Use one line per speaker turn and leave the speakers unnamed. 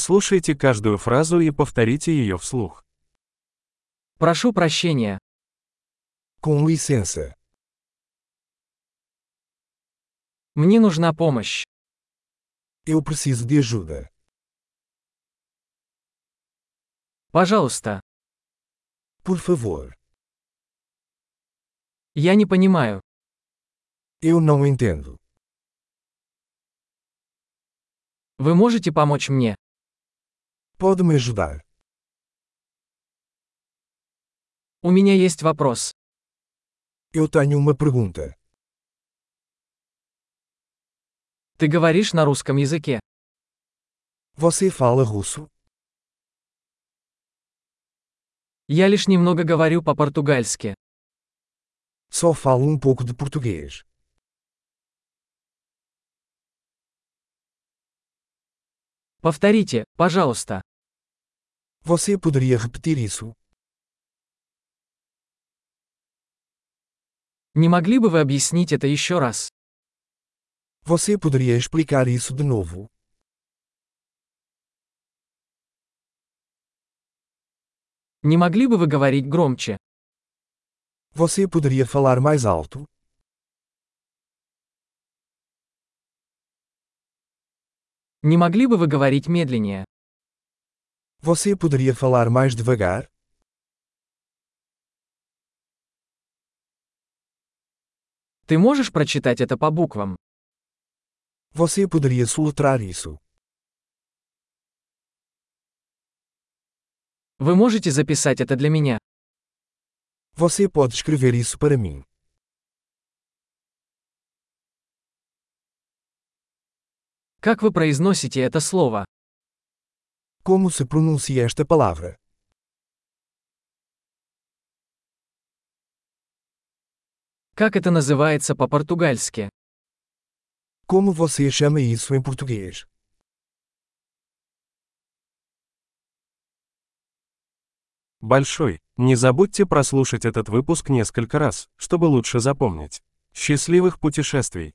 Прослушайте каждую фразу и повторите ее вслух.
Прошу прощения.
Com licença.
Мне нужна помощь.
Eu preciso de ajuda.
Пожалуйста.
Por favor.
Я не понимаю.
Eu não entendo.
Вы можете помочь мне?
Pode me ajudar?
У меня есть вопрос.
Eu tenho uma pergunta.
Ты говоришь на русском языке.
Você fala russo?
Я лишь немного говорю по-португальски.
Só falo um pouco de português.
Повторите, пожалуйста.
Você poderia repetir isso?
Не могли бы вы объяснить это еще раз?
Você poderia explicar isso de novo?
Не могли бы вы говорить громче?
Você poderia falar mais alto?
Не могли бы вы говорить медленнее?
Você poderia falar mais devagar?
Ты можешь прочитать это по буквам?
Você poderia soletrar isso?
Вы можете записать это для меня?
Você pode escrever isso para mim?
Как вы произносите это слово?
Como se pronuncia esta palavra?
Как это называется по-португальски?
Como você chama isso em português?
Большой. Не забудьте прослушать этот выпуск несколько раз, чтобы лучше запомнить. Счастливых путешествий!